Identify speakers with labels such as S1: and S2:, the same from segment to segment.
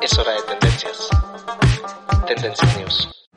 S1: Es hora de tendencias. Tendencias News.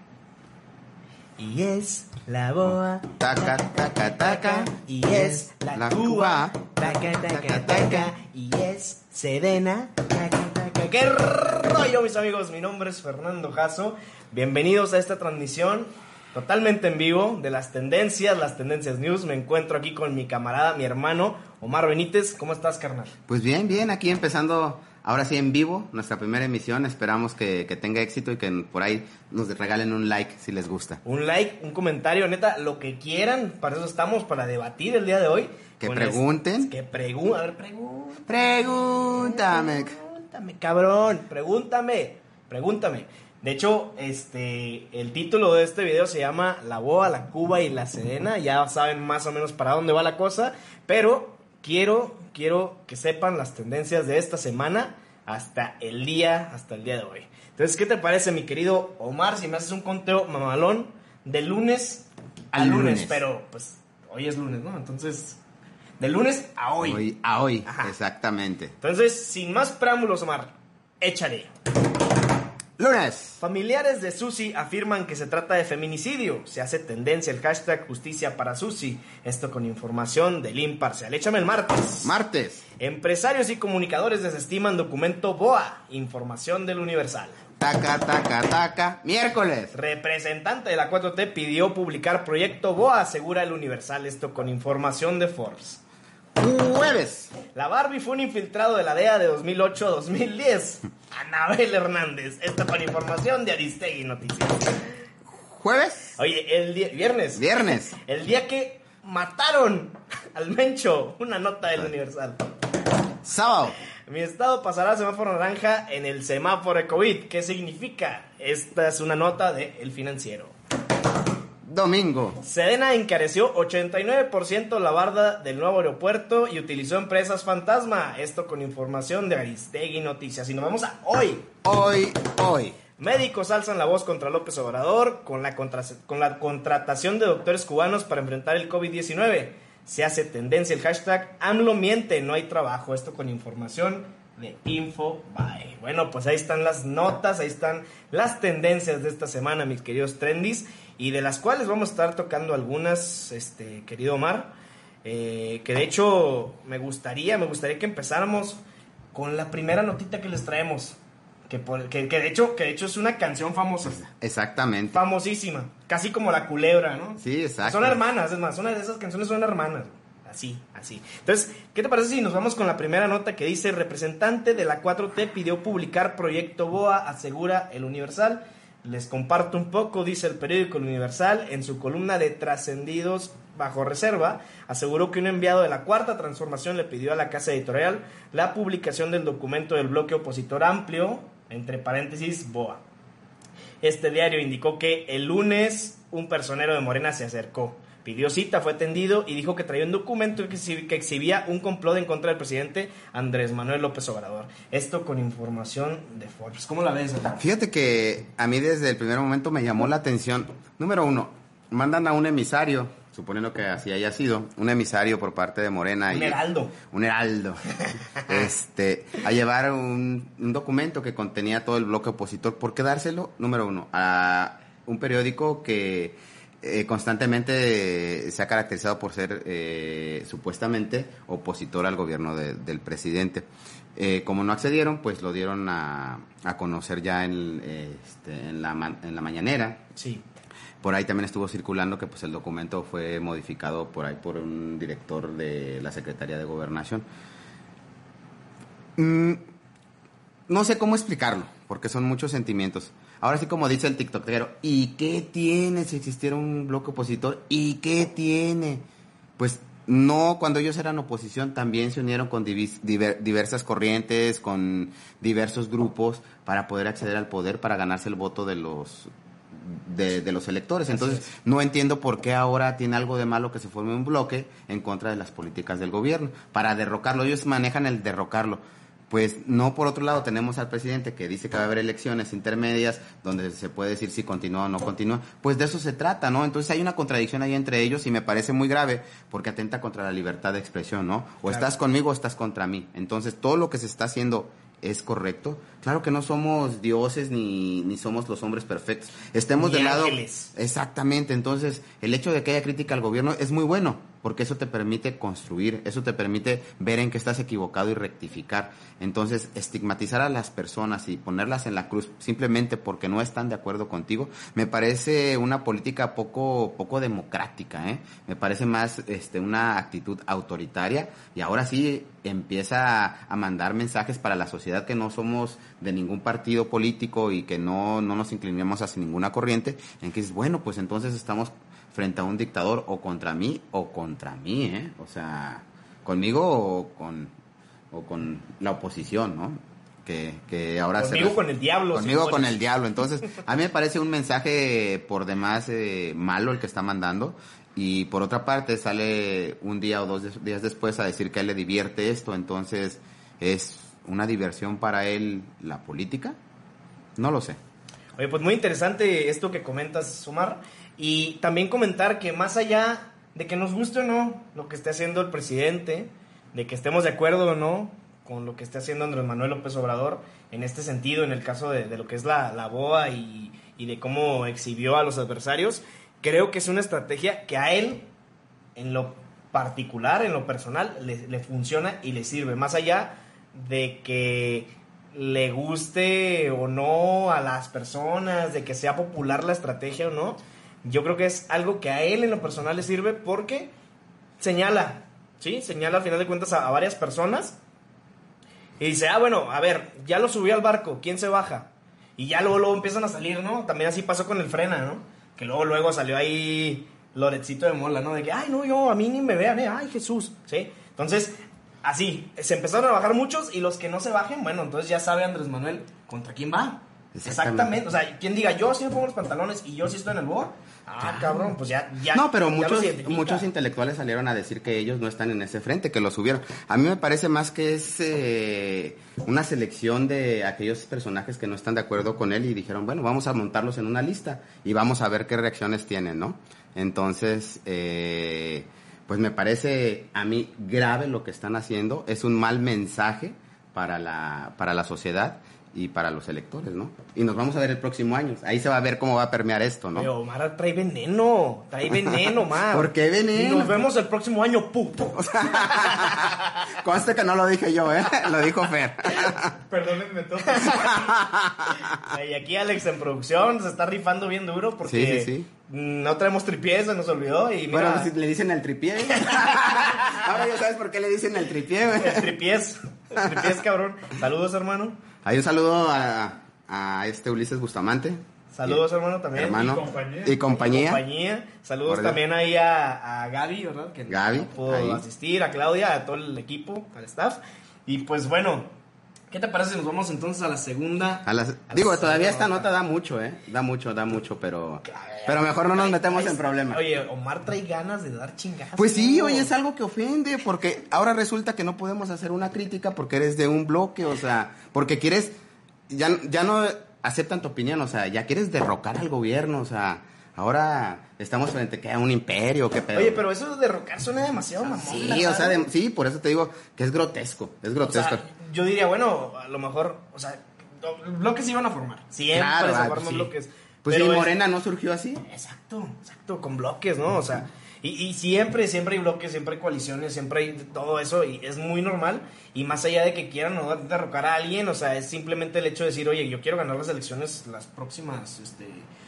S2: Y es la boa.
S3: Taca, taca, taca.
S2: Y es la,
S3: La
S2: cuba.
S3: cuba.
S2: Taca, taca, taca. Y es Sedena. Taca, taca. ¿Qué rollo, mis amigos? Mi nombre es Fernando Jasso. Bienvenidos a esta transmisión totalmente en vivo de las tendencias, las tendencias news. Me encuentro aquí con mi camarada, mi hermano Omar Benítez. ¿Cómo estás, carnal?
S3: Pues bien, bien, aquí empezando ahora sí en vivo nuestra primera emisión. Esperamos que, que tenga éxito y que por ahí nos regalen un like si les gusta.
S2: Un like, un comentario, neta, lo que quieran. Para eso estamos, para debatir el día de hoy.
S3: Que
S2: Con
S3: pregunten.
S2: es- Que pregunten. A ver, pregunten.
S3: Pregúntame.
S2: Pregúntame, cabrón, pregúntame, pregúntame. De hecho, este, el título de este video se llama La Boa, la Cuba y la Sedena. Ya saben más o menos para dónde va la cosa, pero quiero, quiero que sepan las tendencias de esta semana hasta el día, hasta el día de hoy. Entonces, ¿qué te parece, mi querido Omar? Si me haces un conteo mamalón de lunes a
S3: Al
S2: lunes,
S3: lunes.
S2: pero pues hoy es lunes, ¿no? Entonces, de lunes a
S3: Hoy, a hoy,
S2: Ajá.
S3: exactamente.
S2: entonces, sin más preámbulos, Omar, échale.
S3: Lunes.
S2: Familiares de Susi afirman que se trata de feminicidio. Se hace tendencia el hashtag justicia para Susi. Esto con información del imparcial. Échame el martes.
S3: Martes.
S2: Empresarios y comunicadores desestiman documento BOA. Información del Universal.
S3: Taca, taca, taca. Miércoles.
S2: Representante de la 4T pidió publicar proyecto BOA, asegura el Universal. Esto con información de Forbes.
S3: Jueves.
S2: La Barbie fue un infiltrado de la DEA de 2008 a 2010. Anabel Hernández. Esto con información de Aristegui Noticias.
S3: Jueves.
S2: Oye, el día, viernes.
S3: Viernes.
S2: El día que mataron al Mencho. Una nota del Universal.
S3: Sábado.
S2: Mi estado pasará a semáforo naranja en el semáforo de COVID. ¿Qué significa? Esta es una nota de El Financiero.
S3: Domingo.
S2: Sedena encareció 89% la barda del nuevo aeropuerto y utilizó empresas fantasma. Esto con información de Aristegui Noticias. Y nos vamos a hoy.
S3: Hoy, hoy.
S2: Médicos alzan la voz contra López Obrador con la, contra- con la contratación de doctores cubanos para enfrentar el COVID-19. Se hace tendencia el hashtag AMLO miente, no hay trabajo. Esto con información de InfoBay. Bueno, pues ahí están las notas, ahí están las tendencias de esta semana, mis queridos trendis, y de las cuales vamos a estar tocando algunas, este, querido Omar, eh, que de hecho me gustaría, me gustaría que empezáramos con la primera notita que les traemos. Que, por- que, que de hecho, que de hecho es una canción famosa.
S3: Exactamente.
S2: Famosísima. Casi como la culebra, ¿no?
S3: Sí, exacto.
S2: Son hermanas, es más, una de esas canciones son hermanas. Así, así. Entonces, ¿qué te parece si nos vamos con la primera nota que dice representante de la 4T pidió publicar proyecto BOA, asegura el Universal? Les comparto un poco, dice el periódico El Universal, en su columna de trascendidos bajo reserva, aseguró que un enviado de la cuarta transformación le pidió a la casa editorial la publicación del documento del bloque opositor amplio, entre paréntesis, BOA. Este diario indicó que el lunes un personero de Morena se acercó, pidió cita, fue atendido y dijo que traía un documento que exhi- que exhibía un complot en contra del presidente Andrés Manuel López Obrador. Esto con información de Forbes. ¿Cómo la ves? Ana?
S3: Fíjate que a mí desde el primer momento me llamó la atención. Número uno, mandan a un emisario, suponiendo que así haya sido, un emisario por parte de Morena.
S2: Un
S3: y-
S2: heraldo.
S3: Un heraldo. este, a llevar un, un documento que contenía todo el bloque opositor. ¿Por qué dárselo? Número uno, a un periódico que eh, constantemente se ha caracterizado por ser eh, supuestamente opositor al gobierno de- del presidente. Eh, como no accedieron, pues lo dieron a, a conocer ya en, este, en, la, ma- en la mañanera.
S2: Sí.
S3: Por ahí también estuvo circulando que pues el documento fue modificado por ahí por un director de la Secretaría de Gobernación. Mm, no sé cómo explicarlo, porque son muchos sentimientos. Ahora sí, como dice el tiktokero, ¿y qué tiene si existiera un bloque opositor? ¿Y qué tiene? Pues no, cuando ellos eran oposición también se unieron con divis- diver- diversas corrientes, con diversos grupos para poder acceder al poder, para ganarse el voto de los de, de los electores. Entonces, no entiendo por qué ahora tiene algo de malo que se forme un bloque en contra de las políticas del gobierno, para derrocarlo. Ellos manejan el derrocarlo. Pues no, por otro lado, tenemos al presidente que dice que va a haber elecciones intermedias donde se puede decir si continúa o no continúa. Pues de eso se trata, ¿no? Entonces hay una contradicción ahí entre ellos y me parece muy grave porque atenta contra la libertad de expresión, ¿no? O
S2: Claro.
S3: estás conmigo o estás contra mí. Entonces todo lo que se está haciendo es correcto. Claro que no somos dioses ni, ni somos los hombres perfectos. Estemos
S2: Ni
S3: del lado.
S2: ángeles.
S3: Exactamente. Entonces, el hecho de que haya crítica al gobierno es muy bueno, porque eso te permite construir, eso te permite ver en qué estás equivocado y rectificar. Entonces, estigmatizar a las personas y ponerlas en la cruz simplemente porque no están de acuerdo contigo, me parece una política poco, poco democrática, ¿eh? Me parece más este, una actitud autoritaria y ahora sí empieza a, a mandar mensajes para la sociedad que no somos de ningún partido político y que no, no nos inclinemos hacia ninguna corriente, en que es bueno, pues entonces estamos frente a un dictador o contra mí o contra mí, ¿eh? O sea, conmigo o con, o con la oposición, ¿no? Que, que ahora se...
S2: Conmigo
S3: ref-
S2: con el diablo.
S3: Conmigo
S2: señores.
S3: con el diablo. Entonces, a mí me parece un mensaje por demás eh, malo el que está mandando. Y por otra parte, sale un día o dos des- días después a decir que a él le divierte esto. Entonces, ¿es una diversión para él la política? No lo sé.
S2: Oye, pues muy interesante esto que comentas, Sumar. Y también comentar que más allá de que nos guste o no lo que esté haciendo el presidente, de que estemos de acuerdo o no con lo que esté haciendo Andrés Manuel López Obrador, en este sentido, en el caso de, de lo que es la, la BOA y, y de cómo exhibió a los adversarios, creo que es una estrategia que a él, en lo particular, en lo personal, le, le funciona y le sirve. Más allá de que le guste o no a las personas, de que sea popular la estrategia o no, yo creo que es algo que a él en lo personal le sirve porque señala, ¿sí? Señala al final de cuentas a, a varias personas y dice, ah, bueno, a ver, ya lo subí al barco, ¿quién se baja? Y ya luego, luego empiezan a salir, ¿no? También así pasó con el frena, ¿no? Que luego, luego salió ahí Loretcito de Mola, ¿no? De que, ay, no, yo, a mí ni me vean, ¿eh? Ay, Jesús, ¿sí? Entonces, así, se empezaron a bajar muchos y los que no se bajen, bueno, entonces ya sabe Andrés Manuel contra quién va. Exactamente.
S3: Exactamente.
S2: O sea, quien diga, yo sí me pongo los pantalones y yo sí estoy en el board. Ah, cabrón, pues ya, ya.
S3: no, pero
S2: ya
S3: muchos,
S2: los identifica.
S3: muchos intelectuales salieron a decir que ellos no están en ese frente, que lo subieron. A mí me parece más que es eh, una selección de aquellos personajes que no están de acuerdo con él y dijeron, bueno, vamos a montarlos en una lista y vamos a ver qué reacciones tienen, ¿no? Entonces, eh, pues me parece a mí grave lo que están haciendo. Es un mal mensaje para la, para la sociedad y para los electores, ¿no? Y nos vamos a ver el próximo año. Ahí se va a ver cómo va a permear esto, ¿no?
S2: Pero Omar trae veneno, trae veneno, Omar.
S3: ¿Por qué veneno?
S2: Y nos vemos el próximo año, puto.
S3: Conste que no lo dije yo, ¿eh? Lo dijo Fer.
S2: Perdónenme todo. y aquí Alex en producción se está rifando bien duro porque
S3: Sí, sí, sí.
S2: no traemos tripié, se nos olvidó. Y
S3: Bueno,
S2: mira,
S3: pues, le dicen el tripié. Ahora ya sabes por qué le dicen el tripié, güey.
S2: el tripiés, el tripiés, cabrón. Saludos, hermano.
S3: Hay un saludo a, a este Ulises Bustamante.
S2: Saludos,
S3: Y-
S2: hermano, también.
S3: hermano.
S4: Y compañía.
S3: Y compañía.
S2: compañía. Saludos
S3: Por
S2: también ahí a, a Gaby, ¿verdad? Que
S3: Gaby,
S2: no pudo
S3: ahí.
S2: asistir, a Claudia, a todo el equipo, al staff. Y pues bueno, ¿qué te parece si nos vamos entonces a la segunda?
S3: A las-
S2: la
S3: digo,
S2: segunda
S3: todavía esta
S2: nota.
S3: nota da mucho, ¿eh? Da mucho, da mucho, pero...
S2: Ay,
S3: Pero mejor no nos
S2: ay,
S3: metemos
S2: ay,
S3: en problemas.
S2: Oye, Omar trae ganas de dar chingadas.
S3: Pues sí, oye, es algo que ofende, porque ahora resulta que no podemos hacer una crítica porque eres de un bloque, o sea, porque quieres, ya, ya no aceptan tu opinión, o sea, ya quieres derrocar al gobierno, o sea, ahora estamos frente ¿qué? a un imperio, qué pedo.
S2: Oye, pero eso de derrocar suena demasiado mamón.
S3: Ah, sí, o sea, de- sí, por eso te digo que es grotesco, es grotesco.
S2: yo diría, bueno, a lo mejor, o sea, bloques iban a formar. Siempre
S3: Claro,
S2: se
S3: ah,
S2: forman
S3: sí.
S2: bloques.
S3: pues sí,
S2: Pero es-
S3: Morena no surgió así.
S2: Exacto, exacto, con bloques, ¿no? O sea, y, y siempre, siempre hay bloques, siempre hay coaliciones, siempre hay todo eso, y es muy normal. Y más allá de que quieran o no derrocar a alguien, o sea, es simplemente el hecho de decir, oye, yo quiero ganar las elecciones las próximas, este,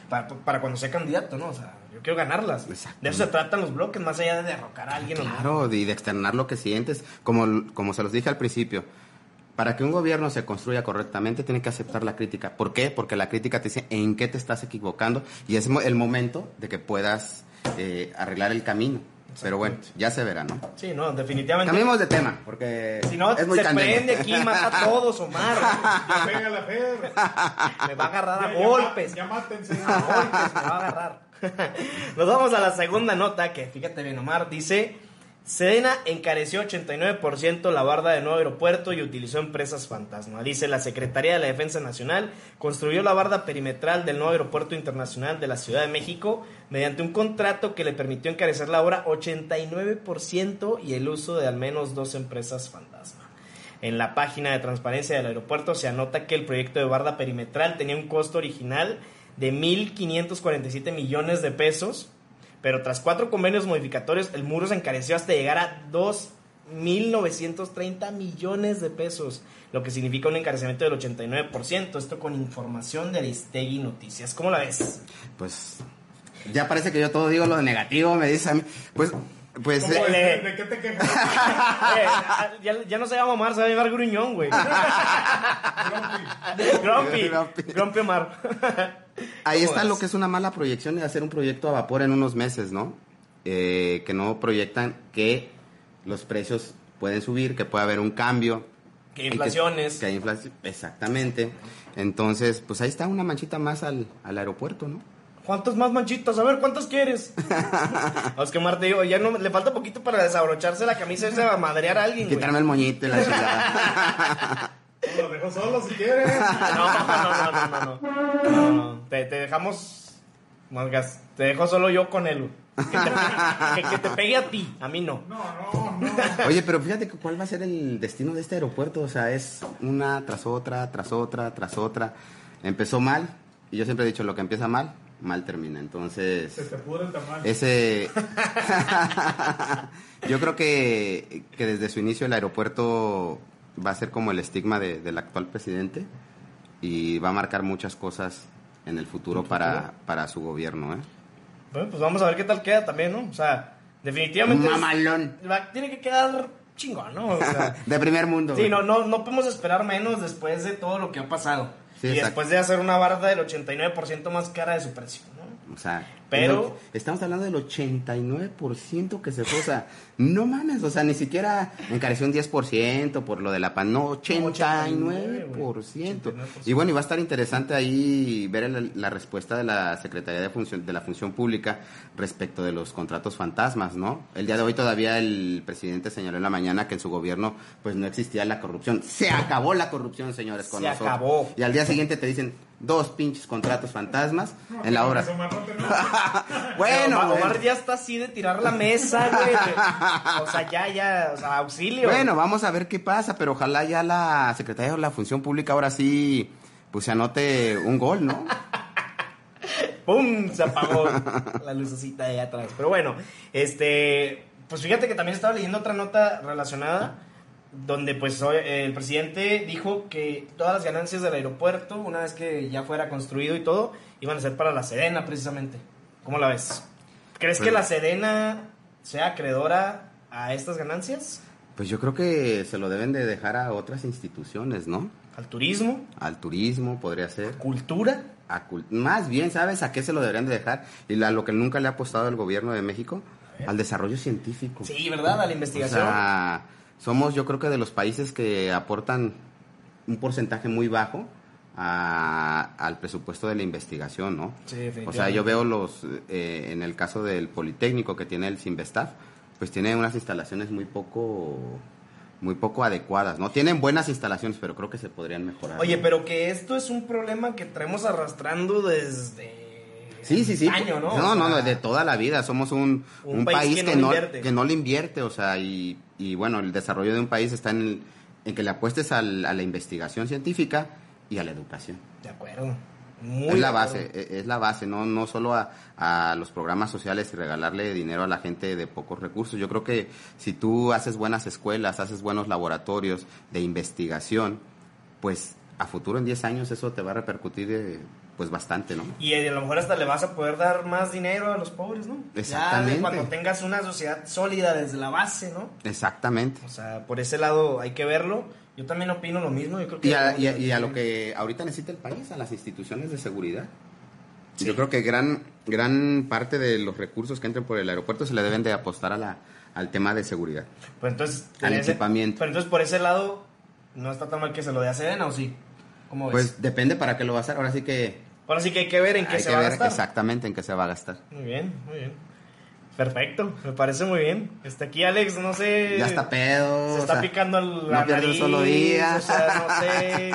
S2: para, para cuando sea candidato, ¿no? O sea, yo quiero ganarlas.
S3: Exacto.
S2: De eso se tratan los bloques, más allá de derrocar a alguien. o no.
S3: Claro, y de externar lo que sientes, como, como se los dije al principio. Para que un gobierno se construya correctamente tiene que aceptar la crítica. ¿Por qué? Porque la crítica te dice en qué te estás equivocando y es mo- el momento de que puedas eh, arreglar el camino. Pero bueno, ya se verá, ¿no?
S2: Sí, no, definitivamente.
S3: Cambiemos de tema, porque
S2: Si no,
S3: es
S2: se
S3: muy candente.
S2: prende aquí, mata a todos, Omar.
S4: Ya pégale a Fer.
S2: Me va a agarrar a
S4: Ya- ya ma-
S2: golpes.
S4: Ya mátense.
S2: A golpes me va a agarrar. Nos vamos a la segunda nota que, fíjate bien, Omar, dice... Sedena encareció 89% la barda de nuevo aeropuerto y utilizó empresas fantasma. Dice la Secretaría de la Defensa Nacional construyó la barda perimetral del nuevo aeropuerto internacional de la Ciudad de México mediante un contrato que le permitió encarecer la obra 89% y el uso de al menos dos empresas fantasma. En la página de transparencia del aeropuerto se anota que el proyecto de barda perimetral tenía un costo original de 1.547 millones de pesos, pero tras cuatro convenios modificatorios el muro se encareció hasta llegar a 2.930 millones de pesos, lo que significa un encarecimiento del 89%, esto con información de Aristegui Noticias. ¿Cómo la ves?
S3: Pues ya parece que yo todo digo lo negativo, me dice a mí. Pues, pues...
S2: ¿Cómo
S3: eh,
S2: le-
S4: ¿De, de qué te quejas?
S2: Eh, ya, ya no se va a mamar, se va a llamar gruñón, güey. Grumpy.
S3: Grumpy.
S2: Grumpy Omar.
S3: Ahí
S2: ¿Cómo
S3: está
S2: ves?
S3: lo que es una mala proyección de hacer un proyecto a vapor en unos meses, ¿no? Eh, que no proyectan que los precios pueden subir, que puede haber un cambio.
S2: Que inflaciones.
S3: Que, que hay inflación, exactamente. Entonces, pues ahí está una manchita más al, al aeropuerto, ¿no?
S2: ¿Cuántas más manchitas? A ver, ¿cuántas quieres? es que Omar te digo, ya no, le falta poquito para desabrocharse la camisa y se va a madrear a alguien, güey.
S3: Quitarme el moñito y la chingada.
S4: Pues Los dejo solos si quieres.
S2: No, no, no, no, no, no. No, no. Te, te dejamos... Margas, te dejo solo yo con él. güey. Que te, que- que te pegue a ti, a mí no.
S4: No, no, no.
S3: Oye, pero fíjate que cuál va a ser el destino de este aeropuerto. O sea, es una tras otra, tras otra, tras otra. Empezó mal, y yo siempre he dicho, lo que empieza mal, mal termina. Entonces...
S4: Se te pudre el tamal.
S3: Ese. Yo creo que, que desde su inicio el aeropuerto va a ser como el estigma de- del actual presidente y va a marcar muchas cosas en el futuro, Para, para su gobierno. ¿eh?
S2: Bueno, pues vamos a ver qué tal queda también, ¿no? O sea, definitivamente... es-
S3: Mamalón.
S2: va- tiene que quedar chingón, ¿no? O sea...
S3: De primer mundo.
S2: Sí,
S3: güey.
S2: no, no, no podemos esperar menos después de todo lo que ha pasado.
S3: Sí,
S2: y
S3: exacto.
S2: después de hacer una barda del 89% más cara de su precio, ¿no?
S3: O sea,
S2: Pero-
S3: lo- estamos hablando del 89% que se fue. O sea, no mames, o sea, ni siquiera encareció un 10% por lo de la pan. No, 89%.
S2: 89%.
S3: Y bueno, y va a estar interesante ahí ver el- la respuesta de la Secretaría de, Función, de la Función Pública respecto de los contratos fantasmas, ¿no? El día de hoy todavía el presidente señaló en la mañana que en su gobierno pues no existía la corrupción. Se acabó la corrupción, señores, con
S2: Se
S3: nosotros.
S2: acabó.
S3: Y al día siguiente te dicen dos pinches contratos fantasmas
S4: No,
S3: en la obra.
S4: Omar, no te- no.
S3: Bueno,
S2: Omar, Omar
S3: bueno.
S2: ya está así de tirar la mesa, güey. O sea, ya, ya, o sea, auxilio.
S3: Bueno, vamos a ver qué pasa, pero ojalá ya la Secretaría de la Función Pública ahora sí, pues se anote un gol, ¿no?
S2: ¡Pum! Se apagó la lucecita de ahí atrás. Pero bueno, este. Pues fíjate que también estaba leyendo otra nota relacionada. Donde pues hoy, eh, el presidente dijo que todas las ganancias del aeropuerto, una vez que ya fuera construido y todo, iban a ser para la Sedena precisamente. ¿Cómo la ves? ¿Crees que
S3: Pues-
S2: la Sedena sea acreedora a estas ganancias?
S3: Pues yo creo que se lo deben de dejar a otras instituciones, ¿no?
S2: ¿Al turismo?
S3: Al turismo podría ser,
S2: ¿Cultura?
S3: a cul- más bien, ¿sabes a qué se lo deberían de dejar? Y la- lo que nunca le ha apostado el gobierno de México, al desarrollo científico.
S2: Sí, ¿verdad? A la investigación.
S3: Pues O sea, somos yo creo que de los países que aportan un porcentaje muy bajo a- al presupuesto de la investigación, ¿no?
S2: Sí,
S3: O sea,
S2: definitivamente.
S3: yo veo los, eh, en el caso del Politécnico que tiene el Simvestaf, pues tiene unas instalaciones muy poco, muy poco adecuadas, ¿no? Tienen buenas instalaciones, pero creo que se podrían mejorar.
S2: Oye, pero que esto es un problema que traemos arrastrando desde
S3: Sí, sí, sí.
S2: año, ¿no?
S3: No,
S2: O
S3: no,
S2: sea,
S3: no, de toda la vida. Somos un,
S2: Un
S3: un país, que, no,
S2: le invierte.
S3: que no le invierte, o sea, y, y bueno, el desarrollo de un país está en, el- en que le apuestes al- a la investigación científica y a la educación.
S2: De acuerdo. Muy
S3: es
S2: de
S3: la
S2: acuerdo.
S3: base, e- es la base, no, no solo a, a los programas sociales y regalarle dinero a la gente de pocos recursos. Yo creo que si tú haces buenas escuelas, haces buenos laboratorios de investigación, pues a futuro en 10 años eso te va a repercutir eh, pues bastante, ¿no?
S2: Y a lo mejor hasta le vas a poder dar más dinero a los pobres, ¿no? Ya
S3: Exactamente.
S2: de cuando tengas una sociedad sólida desde la base, ¿no?
S3: Exactamente.
S2: O sea, por ese lado hay que verlo. Yo también opino lo mismo. Yo creo que
S3: Y a, y a- y a lo que ahorita necesita el país, a las instituciones de seguridad. Yo creo que gran, gran parte de los recursos que entren por el aeropuerto se le deben de apostar a la, al tema de seguridad.
S2: Pues entonces,
S3: Al
S2: en ese-
S3: equipamiento.
S2: Pero entonces por ese lado no está tan mal que se lo dé a Sedena, ¿o sí? ¿Cómo ves?
S3: Pues depende para qué lo va a hacer. Ahora sí que
S2: Ahora sí que hay que ver en qué
S3: hay
S2: se
S3: que
S2: va
S3: ver
S2: a gastar.
S3: exactamente en qué se va a gastar.
S2: Muy bien, muy bien. Perfecto, me parece muy bien. Está aquí Alex, no sé.
S3: Ya está pedo.
S2: Eh, Se
S3: o
S2: está
S3: sea,
S2: picando la
S3: no pierde un
S2: nariz,
S3: solo día.
S2: O sea, no sé.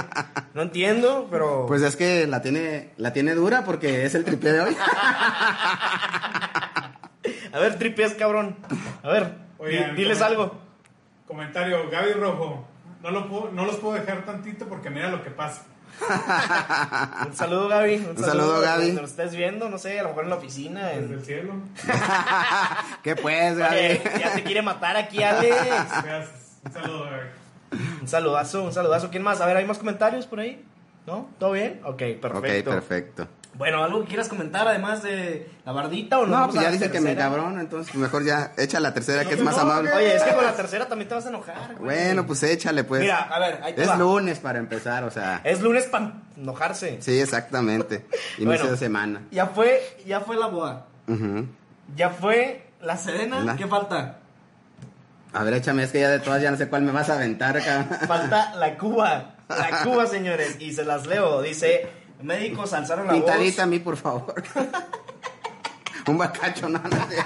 S2: No entiendo, pero.
S3: Pues es que la tiene, la tiene dura porque es el triple de hoy.
S2: A ver, tripies, cabrón. A ver,
S4: Oigan,
S2: di- diles
S4: ¿cómo?
S2: algo.
S4: Comentario, Gaby Rojo. no, lo puedo- no los puedo dejar tantito porque mira lo que pasa.
S2: Un saludo, Gaby. Un,
S3: saludo, Gaby.
S2: Donde lo estés viendo, no sé, a lo mejor en la oficina.
S4: Desde
S2: En...
S4: el cielo.
S3: ¿Qué pues,
S2: Oye,
S3: Gaby?
S2: ya te quiere matar aquí, Alex.
S4: Gracias. Un saludo, bebé.
S2: Un saludazo, un saludazo. ¿Quién más? A ver, ¿hay más comentarios por ahí? ¿No? ¿Todo bien? Ok, perfecto.
S3: Ok, perfecto.
S2: Bueno, ¿algo que quieras comentar además de la bardita o nos
S3: No,
S2: vamos
S3: pues
S2: a
S3: ya
S2: la
S3: dice que me
S2: tercera?
S3: cabrón, entonces mejor ya echa la tercera que es más
S4: No,
S3: amable.
S2: Oye, es que con la tercera también te vas a enojar. güey.
S3: Bueno, pues échale, pues.
S2: Mira, a ver, ahí te va.
S3: Es lunes para empezar, o sea.
S2: Es lunes para enojarse.
S3: Sí, exactamente. Inicio
S2: Bueno.
S3: de semana.
S2: Ya fue, ya fue la boda.
S3: Ujú.
S2: Ya fue la serena.
S3: La-
S2: ¿Qué falta?
S3: A ver, échame, es que ya de todas ya no sé cuál me vas a aventar acá.
S2: Falta la Cuba. La Cuba, señores. Y se las leo. Dice, médicos alzaron la
S3: Pintadita a
S2: voz.
S3: mí, por favor. Un bacacho, no, no sé.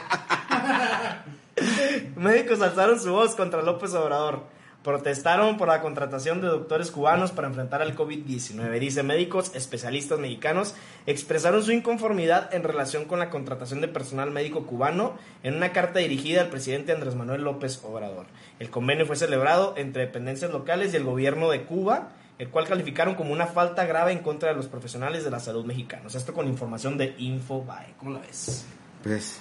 S2: Médicos alzaron su voz contra López Obrador. Protestaron por la contratación de doctores cubanos para enfrentar al COVID-19. Dice, médicos especialistas mexicanos expresaron su inconformidad en relación con la contratación de personal médico cubano en una carta dirigida al presidente Andrés Manuel López Obrador. El convenio fue celebrado entre dependencias locales y el gobierno de Cuba, el cual calificaron como una falta grave en contra de los profesionales de la salud mexicanos. Esto con información de Infobae. ¿Cómo la ves?
S3: Pues.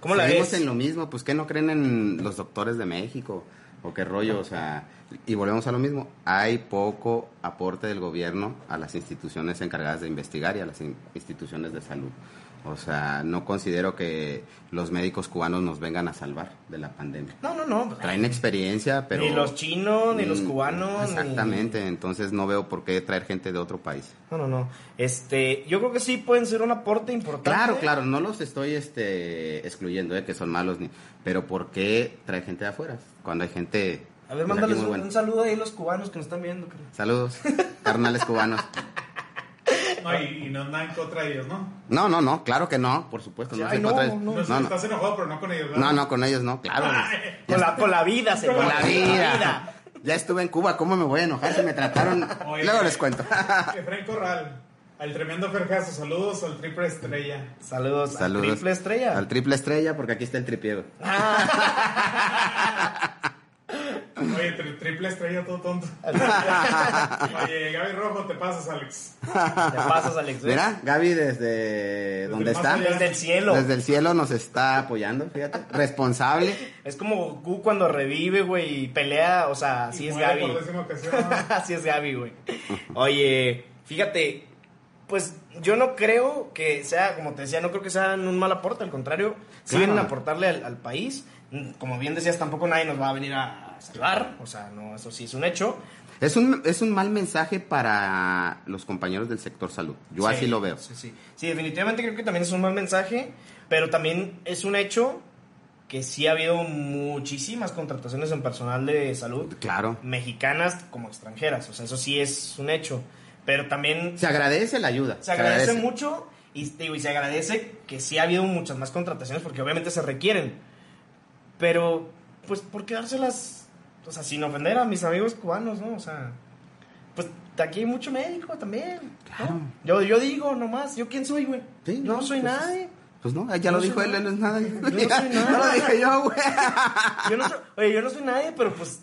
S2: ¿Cómo la
S3: seguimos
S2: ves?
S3: en lo mismo, pues que no creen en los doctores de México o qué rollo, o sea, y volvemos a lo mismo, hay poco aporte del gobierno a las instituciones encargadas de investigar y a las in- instituciones de salud. O sea, no considero que los médicos cubanos nos vengan a salvar de la pandemia.
S2: No, no, no.
S3: Traen experiencia, pero Mm,
S2: ni los chinos, ni los cubanos. ni-
S3: Exactamente, entonces no veo por qué traer gente de otro país.
S2: No, no, no. Este, yo creo que sí pueden ser un aporte importante.
S3: Claro, claro, no los estoy este, excluyendo de que son malos, ni, pero ¿por qué trae gente de afuera? Cuando hay gente...
S2: A ver,
S3: pues,
S2: mándales un,
S3: aquí muy buena.
S2: un saludo ahí a los cubanos que nos están viendo. creo.
S3: Saludos, carnales cubanos.
S4: No, y, y no andan contra ellos, ¿no?
S3: No, no, no, claro que no, por supuesto. No,
S2: Ay,
S3: sé
S2: no,
S3: contra-
S2: no,
S4: No,
S3: no,
S4: es que
S3: no,
S4: estás enojado, pero no con ellos, ¿verdad?
S3: No, no, con ellos no, claro.
S2: Con la, con la vida, señor.
S3: Con la vida. Ya estuve en Cuba, ¿cómo me voy a enojar si me trataron?
S4: Oye.
S3: Luego les cuento.
S4: Efraín Eh, Corral, al tremendo Ferjazo, saludos al triple estrella.
S2: Saludos,
S3: Saludos.
S2: a Triple Estrella.
S3: Al triple estrella, porque aquí está el tripiego.
S2: Ah,
S4: Oye, tri- triple estrella, todo tonto. Oye, Gaby Rojo, te pasas, Alex.
S2: Te pasas, Alex. ¿eh?
S3: Mira, Gaby desde... ¿Dónde
S4: más
S3: está?
S4: allá.
S2: Desde el cielo.
S3: ¿ah? Desde el cielo nos está apoyando, fíjate. Responsable.
S2: Es como Goku cuando revive, güey, y pelea. O sea, así
S4: Y
S2: es
S4: muere
S2: Gaby.
S4: Por décima ocasión.
S2: Así es Gaby, güey. Oye, fíjate, pues yo no creo que sea, como te decía, no creo que sean un mal aporte, al contrario, si
S3: Claro.
S2: vienen a aportarle al, al país. Mm, Como bien decías, tampoco nadie nos va a venir a salvar, o sea, no, eso sí es un hecho.
S3: Es un, es un mal mensaje para los compañeros del sector salud. Yo
S2: Sí,
S3: así lo veo.
S2: Sí, sí. Sí, definitivamente creo que también es un mal mensaje, pero también es un hecho que sí ha habido muchísimas contrataciones en personal de salud,
S3: Claro.
S2: mexicanas como extranjeras, o sea, eso sí es un hecho. Pero también
S3: Se agradece la ayuda.
S2: se agradece, mucho y, digo, y se agradece que sí ha habido muchas más contrataciones porque obviamente se requieren. Pero, pues, ¿por qué dárselas? O sea, sin ofender a mis amigos cubanos, ¿no? O sea, pues de aquí hay mucho médico también. ¿no?
S3: Claro.
S2: Yo, yo digo nomás, ¿yo quién soy, güey?
S3: Sí,
S2: no,
S3: no,
S2: soy
S3: pues,
S2: nadie.
S3: Pues no, ya
S2: No
S3: lo
S2: soy
S3: dijo él,
S2: nada.
S3: él no es nada.
S2: no soy nada.
S3: No lo dije yo, güey.
S2: Yo no soy- oye, yo no soy nadie, pero pues.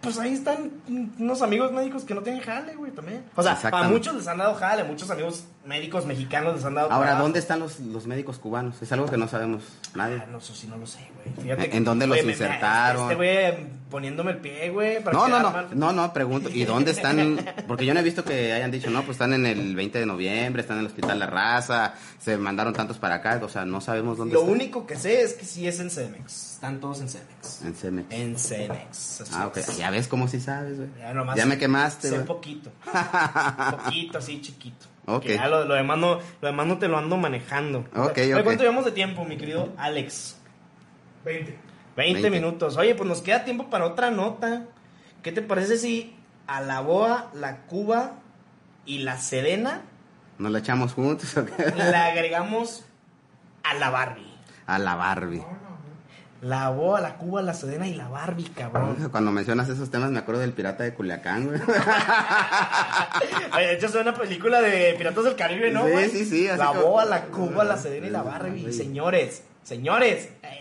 S2: Pues ahí están unos amigos médicos que no tienen jale, güey, también. O sea, a
S3: Exactamente.
S2: muchos les han dado jale, a muchos amigos médicos mexicanos les han dado
S3: Ahora,
S2: trabajo.
S3: ¿dónde están los, los médicos cubanos? Es algo que no sabemos nadie.
S2: Ah, no, eso sí no lo sé, güey. Fíjate
S3: ¿En dónde los
S2: Oye, me- me-
S3: insertaron?
S2: Este güey poniéndome el pie, güey. para
S3: No, no,
S2: quedar
S3: no,
S2: mal.
S3: no, no, pregunto. ¿Y dónde están? Porque yo no he visto que hayan dicho, no, pues están en el 20 de noviembre, están en el Hospital La Raza, se mandaron tantos para acá, o sea, no sabemos dónde
S2: Lo
S3: están.
S2: único que sé es que sí es en Cemex. Están todos en Cemex.
S3: En CMX.
S2: En Cemex. así
S3: Ah, ok.
S2: es.
S3: Ya ves cómo sí sabes, güey.
S2: Ya, nomás
S3: me quemaste,
S2: Sé
S3: güey.
S2: poquito. poquito, así chiquito.
S3: Ok.
S2: Que ya lo, lo demás no, lo demás no te lo ando manejando.
S3: Ok,
S2: Oye,
S3: ok.
S2: ¿Cuánto llevamos de tiempo, mi querido Alex?
S4: 20.
S2: 20,
S3: Veinte.
S2: minutos. Oye, pues nos queda tiempo para otra nota. ¿Qué te parece si a la boa, la cuba y la sedena
S3: ¿Nos la echamos juntos o qué?
S2: la agregamos a la Barbie.
S3: A la Barbie.
S4: No, no, no.
S2: La boa, la cuba, la sedena y la Barbie, cabrón.
S3: Cuando mencionas esos temas me acuerdo del pirata de Culiacán, güey.
S2: Oye, de hecho, es una película de Piratas del Caribe, ¿no?
S3: Sí,
S2: güey?
S3: sí, sí, así
S2: La
S3: como-
S2: boa, la cuba, la sedena y la Barbie.
S3: Barbie.
S2: Señores, señores. Ay,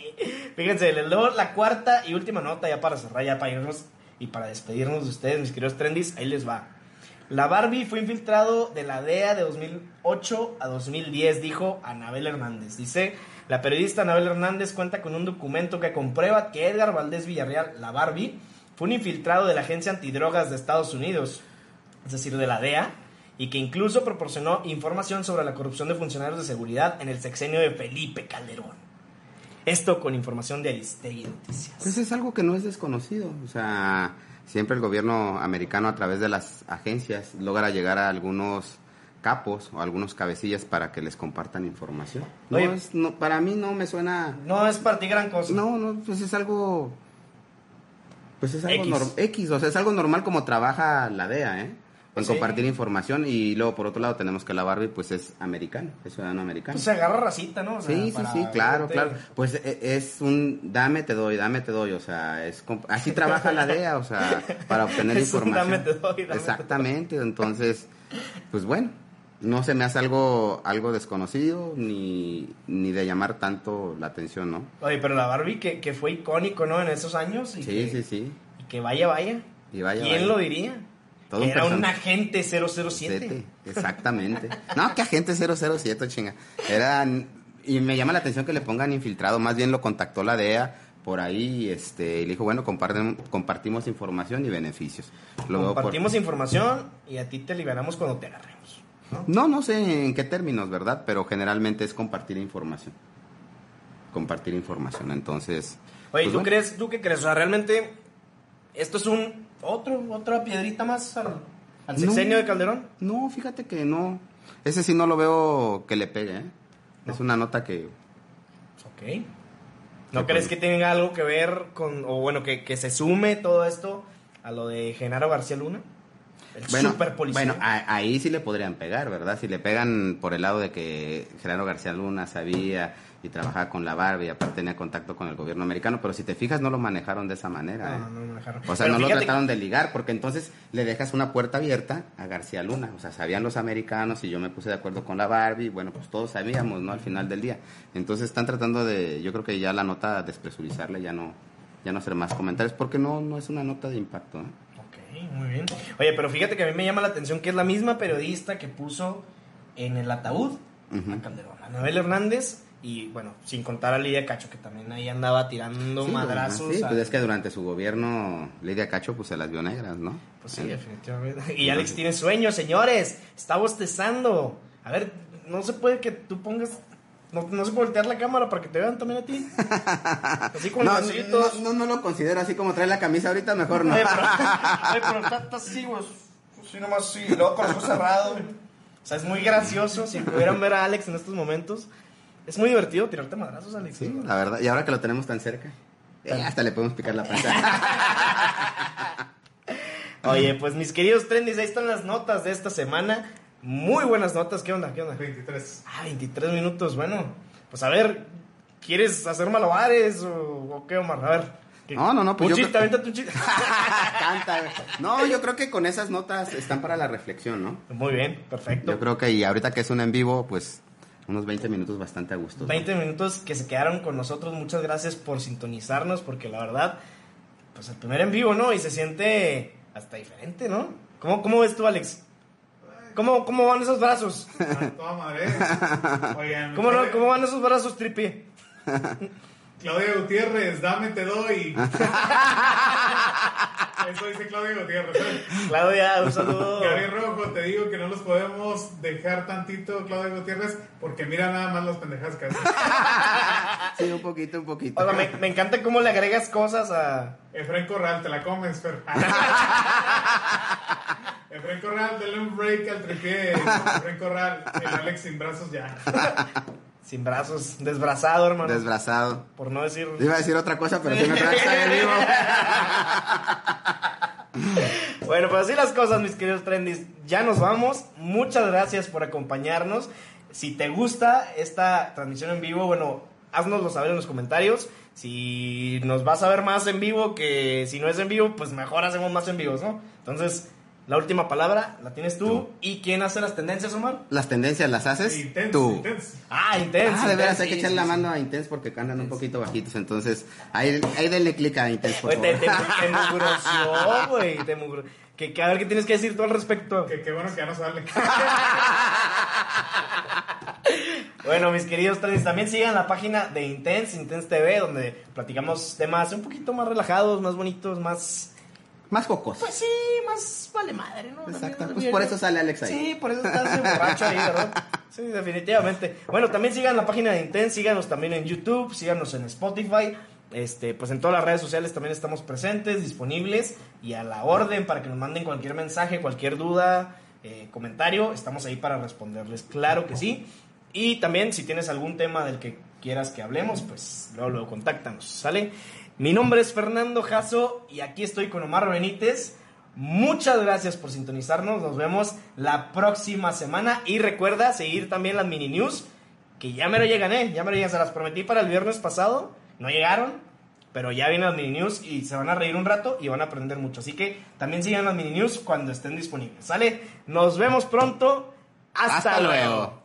S2: Fíjense, les leo la cuarta y última nota ya para cerrar, ya para irnos Y para despedirnos de ustedes, mis queridos trendis, ahí les va. La Barbie fue infiltrado de la DEA de 2008 a 2010, dijo Anabel Hernández. Dice, la periodista Anabel Hernández cuenta con un documento que comprueba que Edgar Valdés Villarreal, la Barbie, fue un infiltrado de la Agencia Antidrogas de Estados Unidos, es decir, de la DEA, y que incluso proporcionó información sobre la corrupción de funcionarios de seguridad en el sexenio de Felipe Calderón. Esto con información de Aristegui Noticias.
S3: Pues es algo que no es desconocido. O sea, siempre el gobierno americano a través de las agencias logra llegar a algunos capos o algunos cabecillas para que les compartan información. No
S2: Oye.
S3: es- no, para mí no me suena...
S2: No es para ti gran cosa.
S3: No, no, pues es algo... Pues es algo
S2: X.
S3: normal. X, o sea, es algo normal como trabaja la DEA, ¿eh? En
S2: Sí.
S3: compartir información y luego por otro lado tenemos que la Barbie pues es americano, es ciudadano americano.
S2: Pues se agarra racita, ¿no? O sea,
S3: Sí, sí,
S2: para
S3: sí, claro,
S2: irte-
S3: claro. Pues e- es un dame, te doy, dame, te doy. O sea, es comp- así trabaja la DEA, o sea, para obtener
S2: Es un
S3: información.
S2: dame, te doy, dame, te doy.
S3: Exactamente, entonces, pues bueno, no se me hace algo, algo desconocido ni, ni de llamar tanto la atención, ¿no?
S2: Oye, pero la Barbie que, que fue icónico, ¿no? En esos años. Y
S3: Sí,
S2: que,
S3: sí, sí.
S2: y que vaya, vaya.
S3: Y vaya,
S2: ¿Quién
S3: vaya.
S2: lo diría?
S3: Todo un
S2: Era un,
S3: person-
S2: agente 007.
S3: Sete, Exactamente. No, que agente 007, chinga. Eran. Y me llama la atención que le pongan infiltrado. Más bien lo contactó la DEA por ahí este, y le dijo: Bueno, comparten- compartimos información y beneficios. Lo veo por-
S2: Compartimos información y a ti te liberamos cuando te agarremos. ¿no?
S3: No, no sé en qué términos, ¿verdad? Pero generalmente es compartir información. Compartir información. Entonces.
S2: Oye,
S3: pues
S2: ¿tú,
S3: bueno.
S2: crees, ¿tú qué crees? O sea, realmente, esto es un otro, otra piedrita más al, al
S3: No.
S2: sexenio de Calderón.
S3: No, fíjate que no. Ese sí no lo veo que le pegue, ¿eh? Es una nota que
S2: Ok. ¿No crees
S3: Sí, pues.
S2: que tenga algo que ver con, o bueno, que, que se sume todo esto a lo de Genaro García Luna? El
S3: Bueno,
S2: super policía.
S3: bueno ah, a- ahí sí le podrían pegar, ¿verdad? Si le pegan por el lado de que Gerardo García Luna sabía y trabajaba con la Barbie y aparte tenía contacto con el gobierno americano, pero si te fijas no lo manejaron de esa manera. ¿eh?
S2: no, no, no, dejaron.
S3: O sea,
S2: Pero
S3: no lo
S2: fíjate-
S3: trataron de ligar porque entonces le dejas una puerta abierta a García Luna. O sea, sabían los americanos y yo me puse de acuerdo con la Barbie. Bueno, pues todos sabíamos, ¿no? Al final del día. Entonces están tratando de, yo creo que ya la nota despresurizarla, ya no, ya no hacer más comentarios porque no, no es una nota de impacto. ¿eh?
S2: Ok, muy bien. Oye, pero fíjate que a mí me llama la atención que es la misma periodista que puso en el ataúd a
S3: Ujú.
S2: Calderón, a Anabel Hernández y, bueno, sin contar a Lidia Cacho, que también ahí andaba tirando
S3: Sí,
S2: madrazos.
S3: bueno, Sí,
S2: a-
S3: pues es que durante su gobierno Lidia Cacho pues se las vio negras, ¿no?
S2: Pues sí,
S3: Eh,
S2: definitivamente. Y Alex tiene sueño, señores. Está bostezando. A ver, no se puede que tú pongas. No, no se puede voltear la cámara para que te vean también a ti. Así
S3: No,
S2: con
S3: no,
S2: los bracitos. Eh,
S3: no, no lo considero así como trae la camisa ahorita, mejor no.
S2: Oye, pero, oye, pero está, está así, güey. Así nomás así, y luego con los ojos cerrados. güey. O sea, es muy gracioso. Si pudieran ver a Alex en estos momentos, es muy divertido tirarte madrazos, Alex.
S3: Sí, la verdad. Y ahora que lo tenemos tan cerca, eh, hasta le podemos picar la panza.
S2: Oye, pues mis queridos trendies, ahí están las notas de esta semana. Muy buenas notas. ¿Qué onda? ¿Qué onda?
S4: 23.
S2: Ah, 23 minutos, bueno. Pues a ver, ¿quieres hacer malabares o, o qué, Omar? A ver. ¿qué-
S3: No, no, no, pues
S2: un
S3: yo
S2: chiste,
S3: creo-
S2: avéntate un chiste.
S3: Canta. güey. No, yo creo que con esas notas están para la reflexión, ¿no?
S2: Muy bien, perfecto.
S3: Yo creo que y ahorita que es un en vivo, pues unos 20 minutos bastante a gusto. ¿no?
S2: 20 minutos que se quedaron con nosotros. Muchas gracias por sintonizarnos, porque la verdad, pues el primer en vivo, ¿no? Y se siente hasta diferente, ¿no? ¿Cómo, cómo ves tú, Alex? ¿Cómo, ¿Cómo van esos brazos?
S4: A Toda madre. Oigan,
S2: ¿Cómo, no-
S4: Claudia-
S2: cómo van esos brazos, Tripi?
S4: Claudia Gutiérrez, dame, te doy. Eso dice Claudia Gutiérrez. ¿eh?
S2: Claudia, un saludo.
S4: Gabriel Rojo, te digo que no los podemos dejar tantito, Claudia Gutiérrez, porque mira nada más las pendejas que hacen.
S3: Sí, un poquito, un poquito.
S2: O sea, me, me encanta cómo le agregas cosas a...
S4: Efraín Corral, te la comes, Fer. Efraín Corral, dale un break al tripié. Efraín Corral, el Alex sin brazos ya.
S2: Sin brazos, desbrazado, hermano.
S3: Desbrazado.
S2: por no decir.
S3: Iba a decir otra cosa, pero si me traes en vivo.
S2: Bueno, pues así las cosas, mis queridos trendis. Ya nos vamos. Muchas gracias por acompañarnos. Si te gusta esta transmisión en vivo, bueno, haznoslo saber en los comentarios. Si nos vas a ver más en vivo que si no es en vivo, pues mejor hacemos más en vivos, ¿no? Entonces, La última palabra la tienes tú.
S3: Tú.
S2: ¿Y quién hace las tendencias, Omar?
S3: Las tendencias las haces
S4: Intenso,
S3: tú.
S4: intenso.
S2: Ah, Intense.
S3: Ah, de veras,
S2: Intense,
S3: hay que
S2: sí,
S3: echarle la
S2: sí, sí.
S3: mano a Intense porque cantan un poquito bajitos. Entonces, ahí, ahí denle clic a Intense, por
S2: Oye, Pues, te, te,
S3: favor.
S2: te mugroció, güey. Te mugro... que, que a ver qué tienes que decir tú al respecto.
S4: Que qué bueno que ya no sale.
S2: Bueno, mis queridos trends, también sigan la página de Intense, Intense TV, donde platicamos temas un poquito más relajados, más bonitos, más.
S3: Más cocos.
S2: Pues sí, más vale madre, ¿no?
S3: Exacto,
S2: También,
S3: pues por eso sale Alex ahí.
S2: Sí, por eso estás de borracho ahí, ¿verdad? Sí, definitivamente. Bueno, también sigan la página de Intense, síganos también en YouTube, síganos en Spotify. Este, pues en todas las redes sociales también estamos presentes, disponibles y a la orden para que nos manden cualquier mensaje, cualquier duda, eh, comentario, estamos ahí para responderles, claro que sí. Y también si tienes algún tema del que quieras que hablemos, pues luego, luego contáctanos, ¿sale? Mi nombre es Fernando Jasso y aquí estoy con Omar Benítez. Muchas gracias por sintonizarnos, nos vemos la próxima semana y recuerda seguir también las mini news que ya me lo llegan, ¿eh? Ya me lo llegan, se las prometí para el viernes pasado, no llegaron, pero ya vienen las mini news y se van a reír un rato y van a aprender mucho. Así que también sigan las mini news cuando estén disponibles, ¿sale? Nos vemos pronto. Hasta,
S3: Hasta
S2: luego.
S3: luego.